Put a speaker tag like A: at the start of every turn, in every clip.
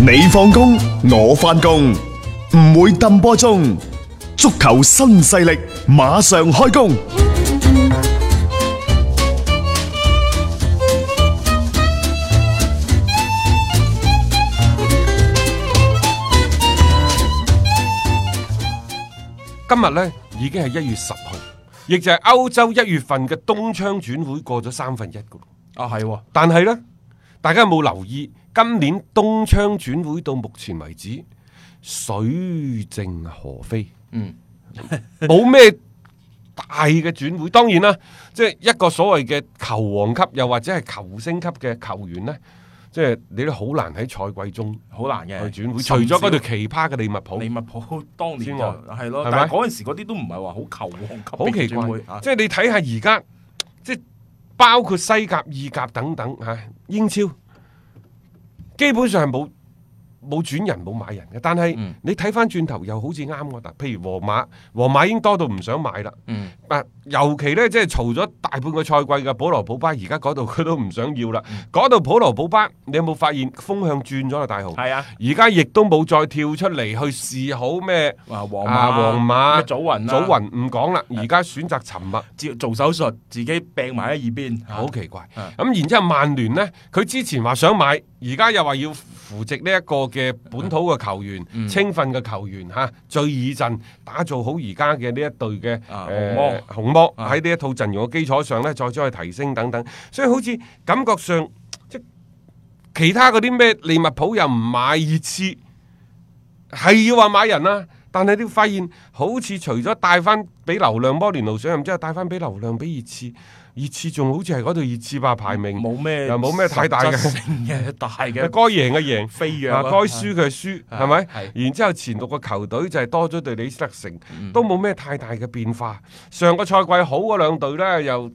A: 你放工，我翻工，唔會抌波鐘。足球新勢力馬上開工。
B: 今日呢已經係一月十號，亦就係歐洲一月份嘅冬窗轉會過咗三分一噶咯。
C: 啊，係喎，
B: 但係呢，大家有冇留意今年冬窗轉會到目前為止水靜河飛？
C: 嗯，
B: 冇咩大嘅轉會。當然啦，即係一個所謂嘅球王級，又或者係球星級嘅球員呢，即係你都好難喺賽季中
C: 好難嘅
B: 去轉會，除
C: 甚
B: 咗
C: 少
B: 嗰隊奇葩嘅利物浦
C: 利。物浦 當年
B: 之
C: 就
B: 外
C: 係咯，
B: 係咪
C: 但係嗰陣時嗰啲都唔係話好球王級
B: 好
C: 別
B: 奇
C: 嘅轉會
B: 怪，
C: 啊
B: 即係你睇下而家，即係包括西甲、意甲等等嚇、英超，基本上係冇冇轉人冇買人嘅。但係
C: 嗯
B: 你睇翻轉頭又好似啱我，嗱，譬如皇馬，皇馬已經多到唔想買啦。
C: 嗯
B: 啊，尤其呢，即係嘈咗大半個賽季嘅保羅普巴，而家嗰度 佢都唔想要啦。
C: 嗯
B: 嗰度保羅普巴，你有冇發現風向轉咗啦？大雄，
C: 係啊，
B: 而家亦都冇再跳出嚟去示好咩？
C: 啊皇
B: 啊
C: 馬
B: 皇馬
C: 咩祖雲啊
B: 祖
C: 啦
B: 雲唔講啦，而家選擇沉默，
C: 照做手術，自己病埋喺耳邊，
B: 好奇怪。
C: 啊
B: 咁然之後，曼聯呢，佢之前話想買，而家又話要扶植呢一個嘅本土嘅球員、
C: 嗯
B: 青訓嘅球員嚇，最以陣打造好而家嘅呢一隊嘅
C: 啊
B: 誒
C: 紅魔
B: 紅魔
C: 啊
B: 喺呢一套陣容嘅基礎上呢，再將佢提升等等，所以好似感覺上即其他嗰啲咩利物浦又唔買熱刺，係要話買人啦、但係你發現好似除咗帶翻俾流量摩連奴上任之後，帶翻俾流量俾熱刺，熱刺仲好似係嗰隊熱刺吧排名，
C: 冇咩
B: 又冇咩太大嘅
C: 實質性嘅 大
B: 該
C: 嘅
B: 贏嘅贏。
C: 飛躍
B: 啊！
C: 啊
B: 該輸佢係輸，
C: 啊
B: 係咪？
C: 係嗯
B: 然之後前六個球隊就係多咗對李斯特城，都冇咩太大嘅變化。上個賽季好嗰兩隊呢，又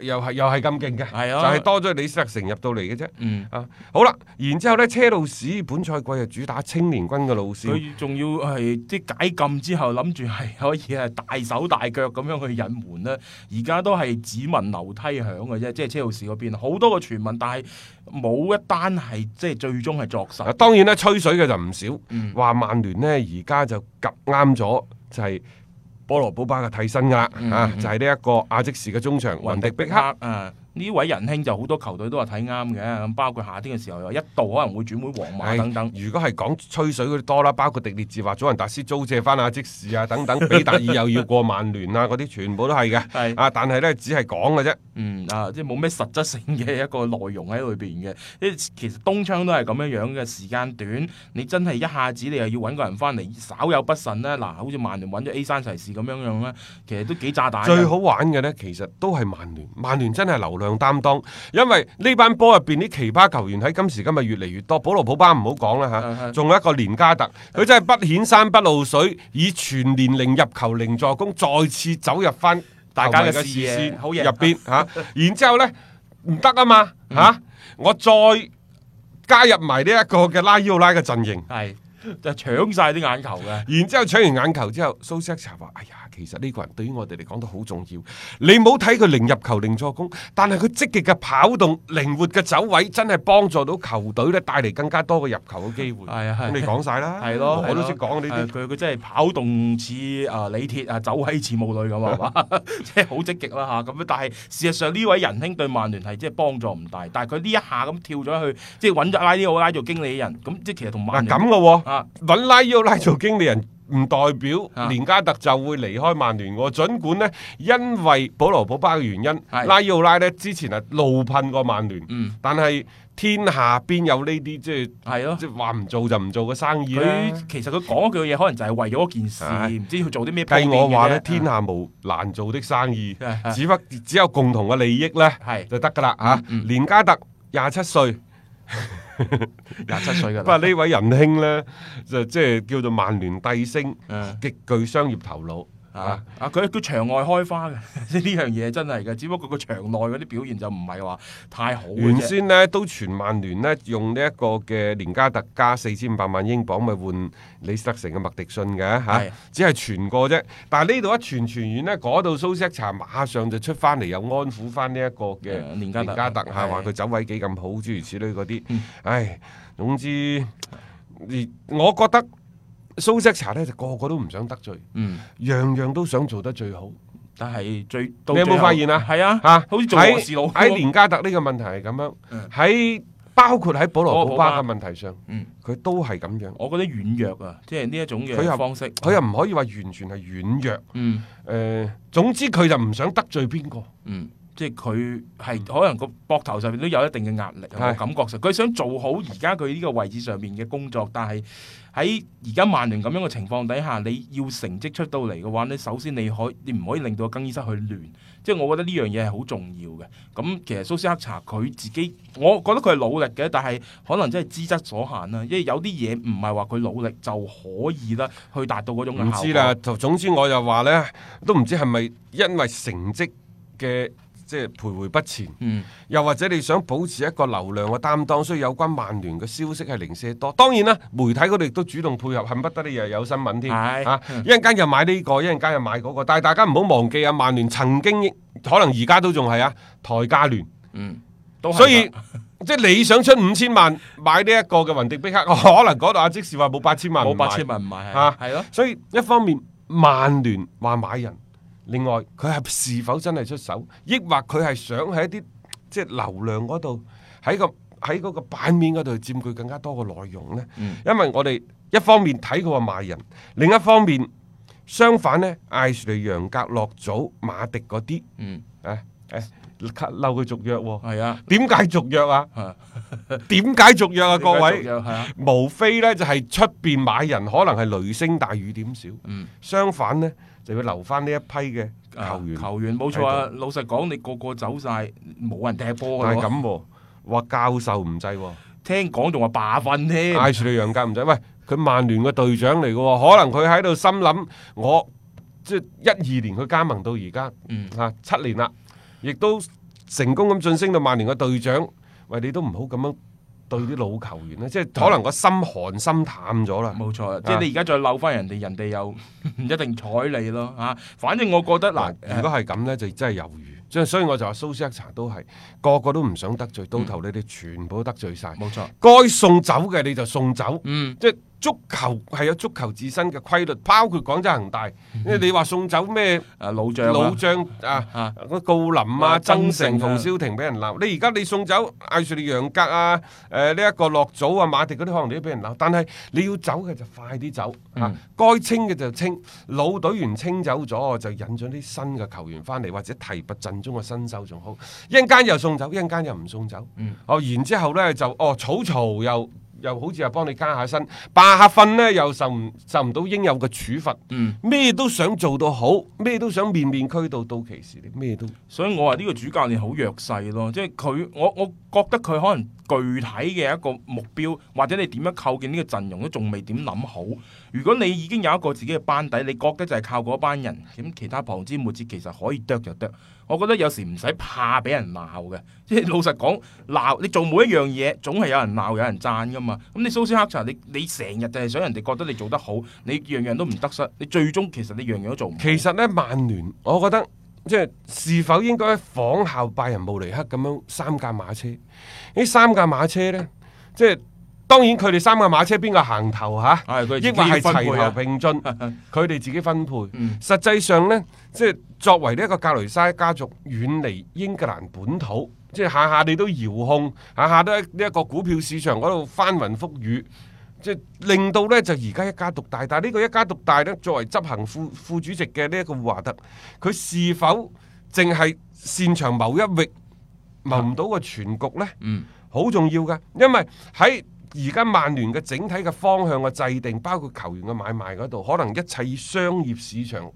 B: 又係又係咁勁嘅，
C: 係
B: 就
C: 啊
B: 係多咗李斯特城入到嚟嘅啫。
C: 嗯，
B: 啊，好啦，然之後呢，車路士本賽季係主打青年軍嘅路線，
C: 佢仲要係即係解禁之後，諗住係可以係大手大腳咁樣去隱瞞啦。而家都係只聞樓梯響嘅啫，即係車路士嗰邊好多個傳聞，但係冇一單係即係最終係作
B: 啊
C: 實。
B: 當然咧吹水嘅就唔
C: 嗯
B: 少，話曼聯呢而家就夾啱咗就係波羅保巴嘅替身噶啦，
C: 嗯
B: 啊
C: 嗯
B: 就係呢一個亞積士嘅中場雲迪碧克。
C: 啊！呢位仁兄就好多球隊都話睇啱嘅，咁包括夏天嘅時候又一度可能會轉會皇馬
B: 唉
C: 等等。
B: 如果係講吹水嗰啲多啦，包括迪列治話祖雲達斯租借翻亞積士啊等等，比達爾又要過曼聯啊嗰啲，全部都係嘅。
C: 係
B: 啊，但係呢，只係講嘅啫。
C: 嗯啊，即係冇咩實質性嘅一個內容喺裏邊嘅。 即係其實東窗都係咁樣樣嘅時間短，你真係一下子你又要揾個人翻嚟，稍有不慎咧，嗱、好似曼聯揾咗 A 山齊士咁樣樣咧，其實都幾炸彈嘅。
B: 最好玩嘅呢，其實都係曼聯。曼聯真係流量擔當，因為呢班波入邊啲奇葩球員喺今時今日越嚟越多。保羅普巴唔好講啦
C: 係
B: 嚇，
C: 係
B: 仲有一個連加特，佢真係不顯山不露水，以全年齡入球零助攻，再次走入翻
C: 大家嘅
B: 球迷
C: 視野
B: 視線
C: 好嘢
B: 入邊嚇。 然之後呢，唔得啊嘛
C: 嗯
B: 嚇，我再加入埋呢一個嘅拉伊奧拉嘅陣營。
C: 係就搶晒啲眼球嘅。
B: 然之後搶完眼球之後，蘇斯克查話：哎呀，其實呢個人對於我哋嚟講都好重要。你冇睇佢零入球零助攻，但係佢積極嘅跑動、靈活嘅走位，真係幫助到球隊咧帶嚟更加多嘅入球嘅機會。
C: 係啊係
B: 咁你講晒啦，
C: 係咯，
B: 我都
C: 係咯
B: 識講呢
C: 係
B: 啲。
C: 佢佢真係跑動似啊李鐵啊，走喺似母女 咁啊，係嘛？即係好積極啦嚇咁。但係事實上呢位仁兄對曼聯係即係幫助唔大，但係佢呢一下咁跳咗去，即係揾咗拉啲奧拉做經理人，咁即係其實同曼
B: 嗱
C: 聯
B: 咁嘅喎。
C: 啊，
B: 揾拉伊奧拉做經理人，唔代表
C: 啊
B: 連加特就會離開曼聯喎。儘管呢，因為保羅保巴嘅原因，
C: 係
B: 拉伊奧拉呢之前係怒噴過曼聯，
C: 嗯
B: 但係天下邊有呢啲即係
C: 係咯。
B: 即係話唔做就唔做嘅生意咧？
C: 佢其實佢講嗰句嘢，可能就係為咗嗰件事，
B: 唉
C: 唔知佢做啲咩鋪墊嘅
B: 計
C: 啫。啊
B: 我話咧，天下無難做的生意
C: 係，係
B: 只不只有共同嘅利益咧
C: 係
B: 就得㗎
C: 嗯
B: 啦嚇。連加特廿七歲，
C: 廿七歲㗎
B: 不過
C: 啦，
B: 呢位仁兄咧就即係叫做曼聯帝星
C: 嗯，
B: 極具商業頭腦啊
C: 啊！啊！佢佢場外開花嘅， 即係呢樣嘢真係嘅。只不過佢場內嗰啲表現就唔係話太好嘅
B: 原
C: 啫
B: 先咧都傳曼聯咧用呢一個嘅連加特加四千五百萬英鎊咪換李斯特城嘅麥迪遜嘅嚇
C: 係，
B: 只係傳過啫。但係呢度一傳傳完呢，嗰度蘇斯克查馬上就出翻嚟又安撫翻呢一個嘅
C: 誒連加特
B: 連加特嚇，
C: 係
B: 話佢走位幾咁好，諸如此類嗰啲
C: 嗯。
B: 唉，總之。而我覺得蘇斯查呢，就個個都唔想得罪，
C: 嗯，
B: 樣樣都想做得最好。
C: 但係最到
B: 你有
C: 最
B: 冇
C: 後
B: 發現啊？
C: 係啊，
B: 嚇
C: 好似做和事佬
B: 喺喺連加特呢個問題係咁樣
C: 嗯，
B: 喺包括喺保羅保巴嘅問題上
C: 嗯，
B: 佢都係咁樣。
C: 我覺得軟弱啊，即係呢一種
B: 佢
C: 嘅
B: 又
C: 方式，
B: 佢又唔可以話完全係軟弱，誒、呃
C: 嗯
B: 總之佢就唔想得罪邊個，
C: 嗯，即係佢係可能個膊頭上面都有一定嘅壓力啊，我
B: 係
C: 感覺上佢想做好而家佢呢個位置上面嘅工作，但係喺而家曼聯咁樣嘅情況底下，你要成績出到嚟嘅話呢首先你可你唔可以令到更衣室去亂，即係我覺得呢樣嘢係好重要嘅。咁其實蘇斯克查佢自己，我覺得佢係努力嘅，但係可能真係資質所限啦，因為有啲嘢唔係話佢努力就可以啦，去達到嗰種嘅
B: 唔
C: 效
B: 知
C: 果
B: 啦。。就總之我就話呢，都唔知係咪因為成績嘅即係徘徊不前，
C: 嗯
B: 又或者你想保持一個流量嘅擔當，所以有關曼聯嘅消息係零舍多。當然啦，媒體嗰度亦都主動配合，恨不得你又有新聞添
C: 係
B: 嚇一陣間又買呢、個，一陣間又買嗰、個。但係大家唔好忘記啊，曼聯曾經可能而家都仲係啊抬價聯。
C: 嗯，都係
B: 所以
C: 㗎
B: 即係你想出五千萬買呢一個嘅雲迪比克， 可能嗰度阿即士話冇八千萬，
C: 冇八千。萬唔買
B: 啊
C: 係咯。
B: 所以一方面曼聯話買人，另外佢係是否真係出手，抑或佢係想喺一啲即係流量嗰度喺個喺嗰個版面嗰度佔據更加多嘅內容呢？
C: 嗯
B: 因為我哋一方面睇佢話賣人，另一方面相反呢，艾樹利、楊格、洛祖、馬迪嗰啲，
C: 嗯，
B: 誒誒，嬲佢續約喎。
C: 係啊，
B: 點解續約啊？
C: 係啊
B: 點解續約啊？各
C: 繼
B: 位，
C: 續係啊，
B: 無非呢就係出邊買人可能係雷聲大雨點小，
C: 嗯，
B: 相反呢，就要留翻呢一批嘅
C: 啊
B: 球員。
C: 球員冇錯啊。老實講，你個個走晒，冇人踢波
B: 但係
C: 㗎喎。
B: 咁喎，話教授唔制喎，
C: 聽講仲話罷訓添。
B: 艾樹利楊格唔制。喂，佢曼聯嘅隊長嚟嘅喎，可能佢喺度心諗我即係一二年佢加盟到而家
C: 嗯
B: 嚇七年啦，亦都成功咁晉升到曼聯嘅隊長。喂，你都唔好咁樣對啲老球員咧，即係可能個心寒心淡咗啦。
C: 啊冇錯啊，即係你而家再漏翻人哋，人哋又唔一定睬你咯嚇。反正我覺得
B: 嗱
C: 嗱，，
B: 如果係咁呢，就真係猶豫。即係所以我就話蘇斯克查都係個個都唔想得罪，到頭你哋全部都得罪晒
C: 誒。冇錯，
B: 該送走嘅你就送走，
C: 嗯
B: 即係足球係有足球自身嘅規律，包括廣州恒大。因為你話送走咩
C: 誒老將啊
B: 老將啊
C: 啊、
B: 郜林啊、
C: 啊
B: 曾
C: 曾
B: 誠、
C: 誠啊
B: 馮瀟霆俾人鬧。你而家你送走艾樹利、楊格啊、誒呢一個洛祖啊、馬迪嗰啲，可能你都俾人鬧。但係你要走嘅就快啲走啊
C: 嗯，
B: 該清嘅就清，老隊員清走咗就引咗啲新嘅球員翻嚟，或者提拔陣中嘅新秀仲好。一陣間又送走，一陣間又唔送走。
C: 嗯
B: 哦，然之後呢，就哦草曹又。又好似又幫你加下薪，霸下訓呢，又受唔受唔到應有嘅處罰，
C: 嗯。
B: 咩都想做到好，咩都想面面俱到，到其時你咩都
C: 所以我話呢個主教練好弱勢咯，即係佢我我覺得佢可能具體嘅一個目標，或者你點樣構建呢個陣容都仲未點諗好。如果你已經有一個自己嘅班底，你覺得就係靠嗰班人，咁其他旁枝末節其實可以啄就啄。我覺得有時唔使怕俾人鬧嘅，即係老實講鬧你做每一樣嘢，總係有人鬧有人讚噶嘛。咁你蘇斯克查，你你成日就係想人哋覺得你做得好，你樣樣都唔得失，你最終其實你樣樣都做唔好。
B: 其實呢，曼聯我覺得即係是否應該仿效拜仁慕尼黑咁樣三架馬車？呢三架馬車呢，即係當然佢哋三架馬車邊個行頭嚇？
C: 係啊佢
B: 抑或係
C: 分配
B: 齊頭
C: 啊
B: 並進， 佢哋自己分配。
C: 嗯
B: 實際上呢，即係作為呢一個格雷沙家族遠離英格蘭本土，即係下下你都遙控，下下都喺呢一個股票市場嗰度翻雲覆雨。即係令到呢，就而家一家獨大，但係呢個一家獨大呢，作為執行副副主席嘅呢一個胡華特，佢是否淨係擅長某一域，謀唔到個全局呢？
C: 嗯。
B: 好重要噶，因為喺而家曼聯嘅整體嘅方向嘅制定，包括球員嘅買賣嗰度，可能一切以商業市場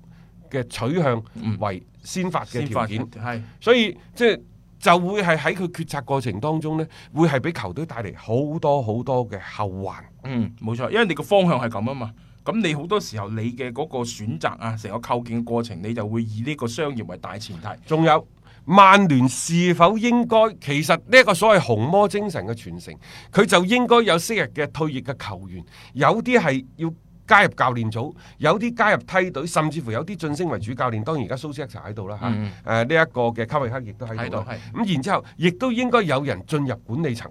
B: 嘅取向為嗯先發嘅條件，嗯
C: 係
B: 所以即係就會係喺佢決策過程當中呢，會係俾球隊帶嚟好多好多嘅後患。
C: 嗯冇錯，因為你個方向係咁啊嘛。咁你好多時候你嘅嗰個選擇啊，成個構建嘅過程，你就會以呢個商業為大前提。
B: 仲有曼聯是否應該其實呢一個所謂紅魔精神嘅傳承，佢就應該有昔日嘅退役嘅球員，有啲係要。加入教練組，有啲加入梯隊，甚至乎有啲晉升為主教練。當然而家蘇斯克查喺度啦嚇，誒
C: 嗯
B: 呢一個嘅卡維克亦都喺度啦
C: 喺度係。
B: 咁然之後，亦都應該有人進入管理層，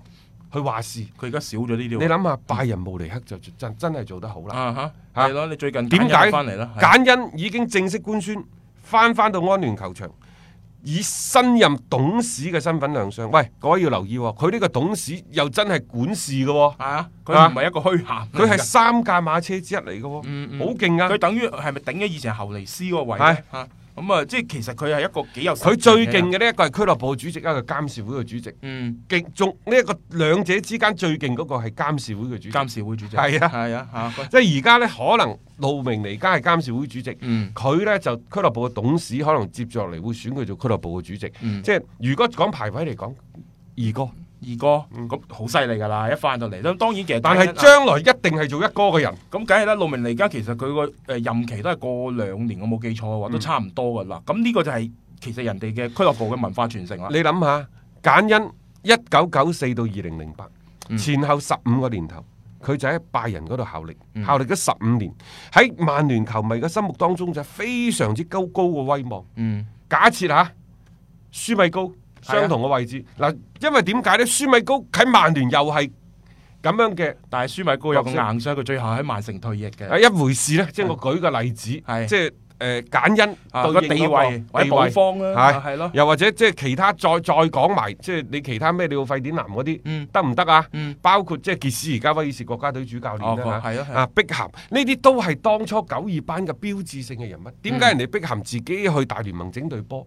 B: 去話事。
C: 佢而家少咗呢啲
B: 你
C: 喎。
B: 諗下，拜仁慕尼黑就真真係做得好啦。
C: 啊哈，
B: 啊
C: 係咯，你最近
B: 點
C: 簡
B: 解
C: 約翻嚟啦？係
B: 簡恩已經正式官宣，翻翻到安聯球場，以新任董事嘅身份亮相。喂，各位要留意喎，佢呢個董事又真係管事嘅喎，
C: 係啊，
B: 啊
C: 佢唔係一個虛涵嚟㗎，
B: 佢係三架馬車之一嚟嘅喎，好勁
C: 嗯
B: 啊
C: 佢
B: 㗎！
C: 等於係咪頂咗以前侯尼斯嗰個位
B: 係
C: 咧？嚇咁啊，即係其實佢係一個幾有
B: 佢
C: 實
B: 最
C: 力嘅
B: 勁
C: 人
B: 嘅呢一個係俱樂部主席，一個監事會嘅主席。
C: 嗯
B: 勁仲呢一個兩者之間最勁嗰個係監事會嘅主席。
C: 監事會主席
B: 係啊
C: 係啊嚇，
B: 即係而家呢，可能路明尼加係監事會主席，
C: 嗯
B: 佢呢就俱樂部嘅董事，可能接住落嚟會選佢做俱樂部嘅主席。
C: 嗯
B: 即係如果講排位嚟講，二哥，
C: 二哥咁好犀利㗎啦，一翻到嚟咁當然其實
B: 嗯但係
C: 簡一啊
B: 將來一定係做一哥嘅人。
C: 咁梗係啦，路明尼加其實佢個誒任期都係過兩年，我冇記錯嘅話
B: 嗯
C: 都差唔多㗎啦。咁呢個就係其實人哋嘅俱樂部嘅文化傳承啦。
B: 你諗下，簡恩一九九四到二零零八
C: 嗯
B: 前後十五個年頭，佢就喺拜仁嗰度效力，
C: 嗯
B: 效力咗十五年。喺曼聯球迷嘅心目當中就係非常之高高嘅威望。
C: 嗯，
B: 假設嚇舒米高
C: 係啊
B: 相同嘅位置，嗱，因為點解呢？舒米高喺曼聯又係咁樣嘅
C: 但係舒米高有個
B: 角色哎
C: 硬傷，佢最後喺曼城退役
B: 係
C: 嘅。
B: 啊一回事呢。即係我舉個例子，即
C: 係
B: 係誒簡恩
C: 啊
B: 對
C: 個
B: 應
C: 地
B: 嗰個
C: 位或者
B: 地位
C: 保方啦，
B: 係
C: 啊係咯，
B: 又或者即係其他再再講埋，即係你其他咩你要費典南嗰
C: 嗯
B: 啲得唔得啊？
C: 嗯
B: 包括即係傑斯而家威爾士國家隊主教練啦
C: 哦係啊係
B: 嚇
C: 啊
B: 啊碧咸呢啲都係當初九二班嘅標誌性嘅人物。
C: 嗯
B: 點解人哋碧咸自己去大聯盟整隊波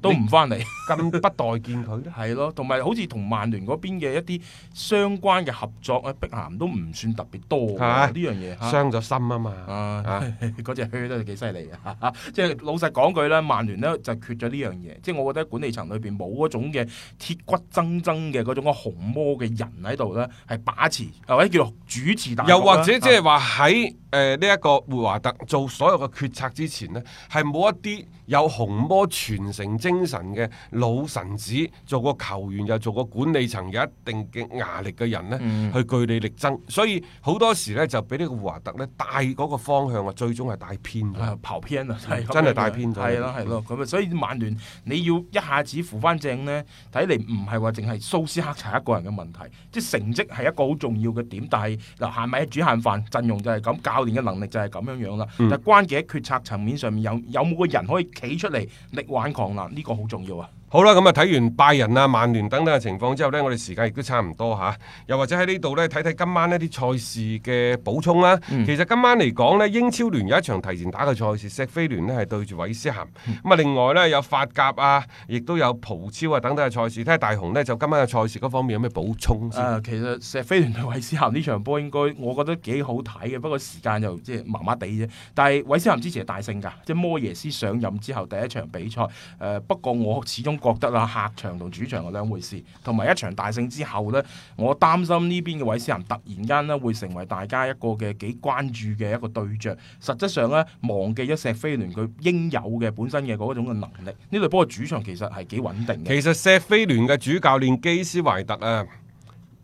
C: 都唔翻嚟。
B: 咁不待見佢 呢？
C: 係咯，同埋好似同曼聯嗰邊嘅一啲相關嘅合作啊，碧咸都唔算特別多喎
B: 係
C: 呢樣嘢嚇。
B: 傷咗心啊嘛，
C: 啊
B: 啊！
C: 嗰只靴都係幾犀利啊！ 即係老實講句啦，曼聯呢就缺咗呢樣嘢，即係我覺得管理層裏邊冇嗰種嘅鐵骨錚錚嘅嗰種嘅紅魔嘅人喺度咧，係把持啊或者叫做主持大局啦啊
B: 又或者即係話喺誒呢一個活華特做所有嘅決策之前呢，係冇一啲有紅魔傳承精神嘅老臣子，做過球員又做過管理層，有一定嘅壓力嘅人呢，
C: 嗯
B: 去據理力爭。所以好多時呢，就俾呢個活華特呢帶嗰個方向啊，最終係帶偏咗。
C: 啊跑偏啊，係
B: 嗯真係大偏咗嗯
C: 係咯係咯，咁啊，所以曼聯你要一下子扶翻正呢，睇嚟唔係話淨係蘇斯克查一個人嘅問題，即係成績係一個好重要嘅點。但係嗱，限米煮限飯，陣容就係咁，教練嘅能力就係咁樣樣啦。
B: 嗯
C: 但係關鍵喺決策層面上面有有冇個人可以企出嚟力挽狂瀾，呢、個好重要啊！
B: 好啦，咁啊睇完拜仁啊、曼聯等等嘅情況之後呢，我哋時間亦都差唔多吓，又或者喺呢度呢，睇睇今晚呢啲賽事嘅補充啦。
C: 嗯
B: 其實今晚嚟講呢，英超聯有一場提前打嘅賽事，石飛聯呢係對住韋斯咸。咁啊、另外呢，有法甲啊，亦都有葡超啊等等嘅賽事。睇下大雄呢，就今晚嘅賽事嗰方面有咩補充
C: 誒、
B: 先？
C: 啊其實石飛聯對韋斯咸呢場波應該我覺得幾好睇嘅，不過時間就即係麻麻地啫。但係韋斯咸之前係大勝㗎，即係摩耶斯上任之後第一場比賽。誒、呃不過我始終覺得啦，客場同主場係兩回事，同埋一場大勝之後呢，我擔心呢邊嘅韋斯咸突然間呢會成為大家一個嘅幾關注嘅一個對象。實質上呢，忘記咗石飛聯佢應有嘅本身嘅嗰種嘅能力。呢隊波嘅主場其實係幾穩定嘅。
B: 其實石飛聯嘅主教練基斯懷特啊，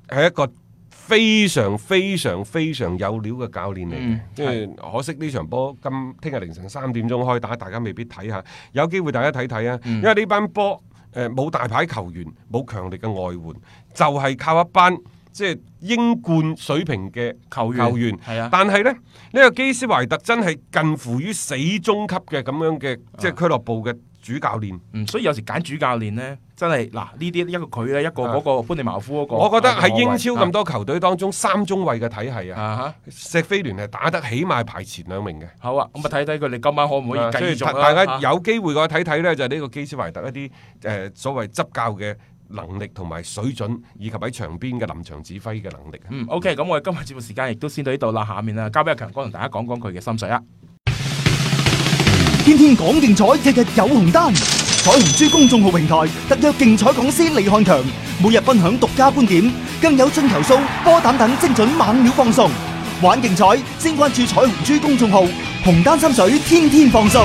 B: 係一個非常非常非常有料嘅教練嚟嘅
C: 嗯。
B: 即係、可惜呢場波今聽日凌晨三點鐘開打，大家未必睇下。有機會大家睇睇啊，因
C: 嗯
B: 為呢班波誒冇大牌球員，冇強力嘅外援，就係、靠一班即係英冠水平嘅
C: 球員
B: 球員。
C: 係啊
B: 但係呢，呢、個基斯懷特真係近乎於死忠級嘅咁樣嘅即
C: 啊
B: 係俱樂部嘅主教練。
C: 嗯，所以有時揀主教練呢，真係嗱呢啲一個佢咧，一個嗰個潘尼茅夫嗰個，
B: 啊我覺得喺英超咁多球隊當中，三中衞嘅體系
C: 啊
B: 啊，
C: 啊哈，
B: 石飛聯係打得起碼排前兩名嘅。
C: 好啊，咁啊睇睇佢哋今晚可唔可
B: 啊所
C: 以繼續啦
B: 大大家
C: 啊
B: 有機會嘅話睇睇呢，就係呢個基斯懷特一啲誒、呃所謂執教嘅能力同埋水準，以及喺場邊嘅臨場指揮嘅能力。啊
C: 嗯，OK，咁我哋今日節目時間亦都先到呢度啦，下面啊交俾阿強哥同大家講講佢嘅心水啊。
D: 天天講競彩，日日有紅單。彩虹珠公眾號平台特約競彩講師李漢強，每日分享獨家觀點，更有進球數、波膽等精準猛料放送。玩競彩，先關注彩虹珠公眾號，紅單心水，天天放送。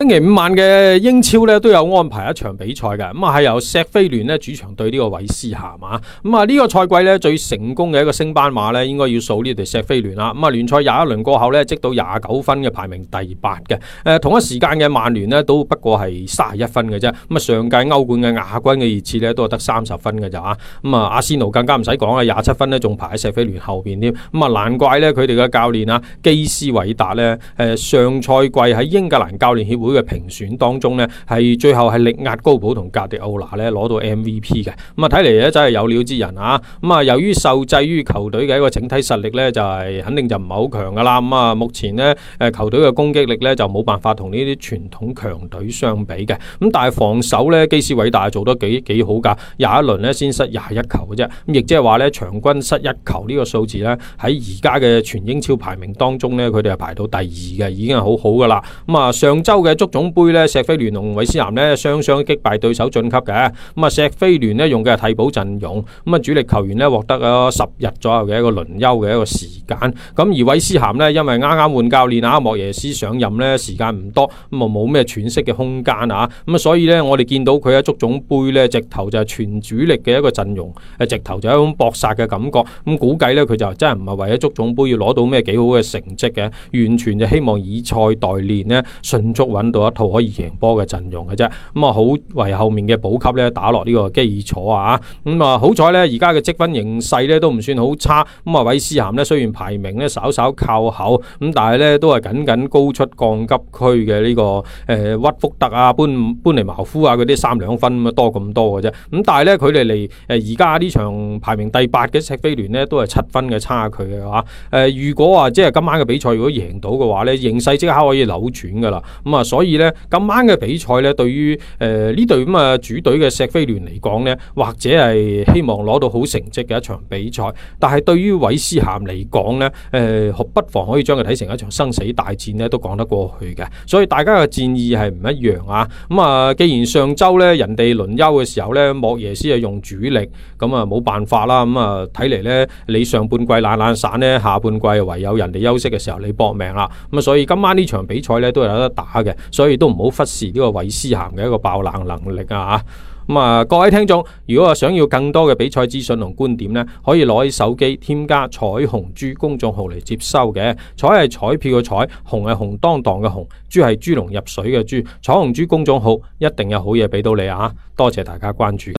E: 星期五晚嘅英超咧都有安排一場比賽嘅，咁啊係由石飛聯咧主場對呢個韋斯咸啊，咁啊呢個賽季咧最成功嘅一個升班馬咧，應該要數呢隊石飛聯啦。咁啊聯賽廿一輪過後咧，積到廿九分嘅排名第八嘅，誒、同一時間嘅曼聯呢，都不過係三十一分嘅啫，咁啊上屆歐冠嘅亞軍嘅熱刺咧都係得三十分嘅咋啊，咁啊阿仙奴更加唔使講啦，廿七分咧仲排喺石飛聯後邊添，咁啊難怪咧佢哋嘅教練啊基斯維達咧，誒、上賽季喺英格蘭教練協會嘅評選當中咧，係最後係力壓高普同格迪奧拿咧攞到 MVP 嘅。咁啊睇嚟咧真係有料之人啊！咁啊由於受制於球隊嘅一個整體實力咧，就係、肯定就唔係好強噶啦。咁啊目前呢，誒球隊嘅攻擊力咧就冇辦法同呢啲傳統強隊相比嘅。咁但係防守咧，基斯偉大做得幾幾好㗎，廿一輪咧先失廿一球嘅啫。咁亦即係話咧，場均失一球呢個數字咧，喺而家嘅全英超排名當中咧，佢哋係排到第二嘅，已經係好好㗎啦。咁啊，上周嘅足總杯咧，石飛聯同韋斯咸咧雙雙擊敗對手晉級嘅。咁啊，石飛聯咧用嘅係替補陣容，咁啊主力球員咧獲得咗十日左右嘅一個輪休嘅一個時間。咁而韋斯咸咧，因為啱啱換教練啊，莫耶斯上任咧時間唔多，咁啊冇咩喘息嘅空間啊。咁啊，所以咧我哋見到佢喺足總杯咧，直頭就係全主力嘅一個陣容，誒直頭就係一種搏殺嘅感覺。咁估計咧佢就真係唔係為咗足總杯要攞到咩幾好嘅成績嘅，完全就希望以賽代練呢，迅速揾到一套可以贏波嘅陣容嘅啫。咁、啊，好為後面嘅補級咧打落呢個基礎啊。咁、啊，好彩呢，而家嘅積分形勢咧都唔算好差。咁、啊，韋斯咸呢，雖然排名呢稍稍靠後，咁、但係呢都係僅僅高出降級區嘅呢、個誒、呃屈福特啊、班班尼茅夫啊嗰啲三兩分咁啊多咁多嘅啫。咁、但係呢，佢哋離誒呃而家呢場啊呃排名第八嘅石飛聯呢，都係七分嘅差距啊嘅話。誒、呃如果話即係今晚嘅比賽如果贏到嘅話呢形勢即刻可以扭轉㗎啦。咁、啊，所以呢，今晚嘅比賽呢，對於誒呢隊咁啊主隊嘅石飛聯嚟講呢，或者係希望攞到好成績嘅一場比賽，但係對於韋斯咸嚟講呢，誒、不妨可以將佢睇成一場生死大戰呢，都講得過去嘅。所以大家嘅戰意係唔一樣啊。咁、啊，既然上週呢，人哋輪休嘅時候呢，莫耶斯係啊用主力。咁啊冇辦法啦，咁啊睇嚟呢，你上半季懶懶散呢，下半季唯有人哋休息嘅時候你搏命啦。咁啊，所以今晚呢場比賽呢，都有得打嘅，所以都唔好忽視呢個韋斯咸嘅一個爆冷能力啊嚇咁啊，各位聽眾，如果話想要更多嘅比賽資訊同觀點呢，可以攞起手機添加彩虹豬公眾號嚟接收嘅。彩係彩票嘅彩，紅係紅當當嘅紅，豬係豬籠入水嘅豬。彩虹豬公眾號一定有好嘢俾到你啊！多謝大家關注。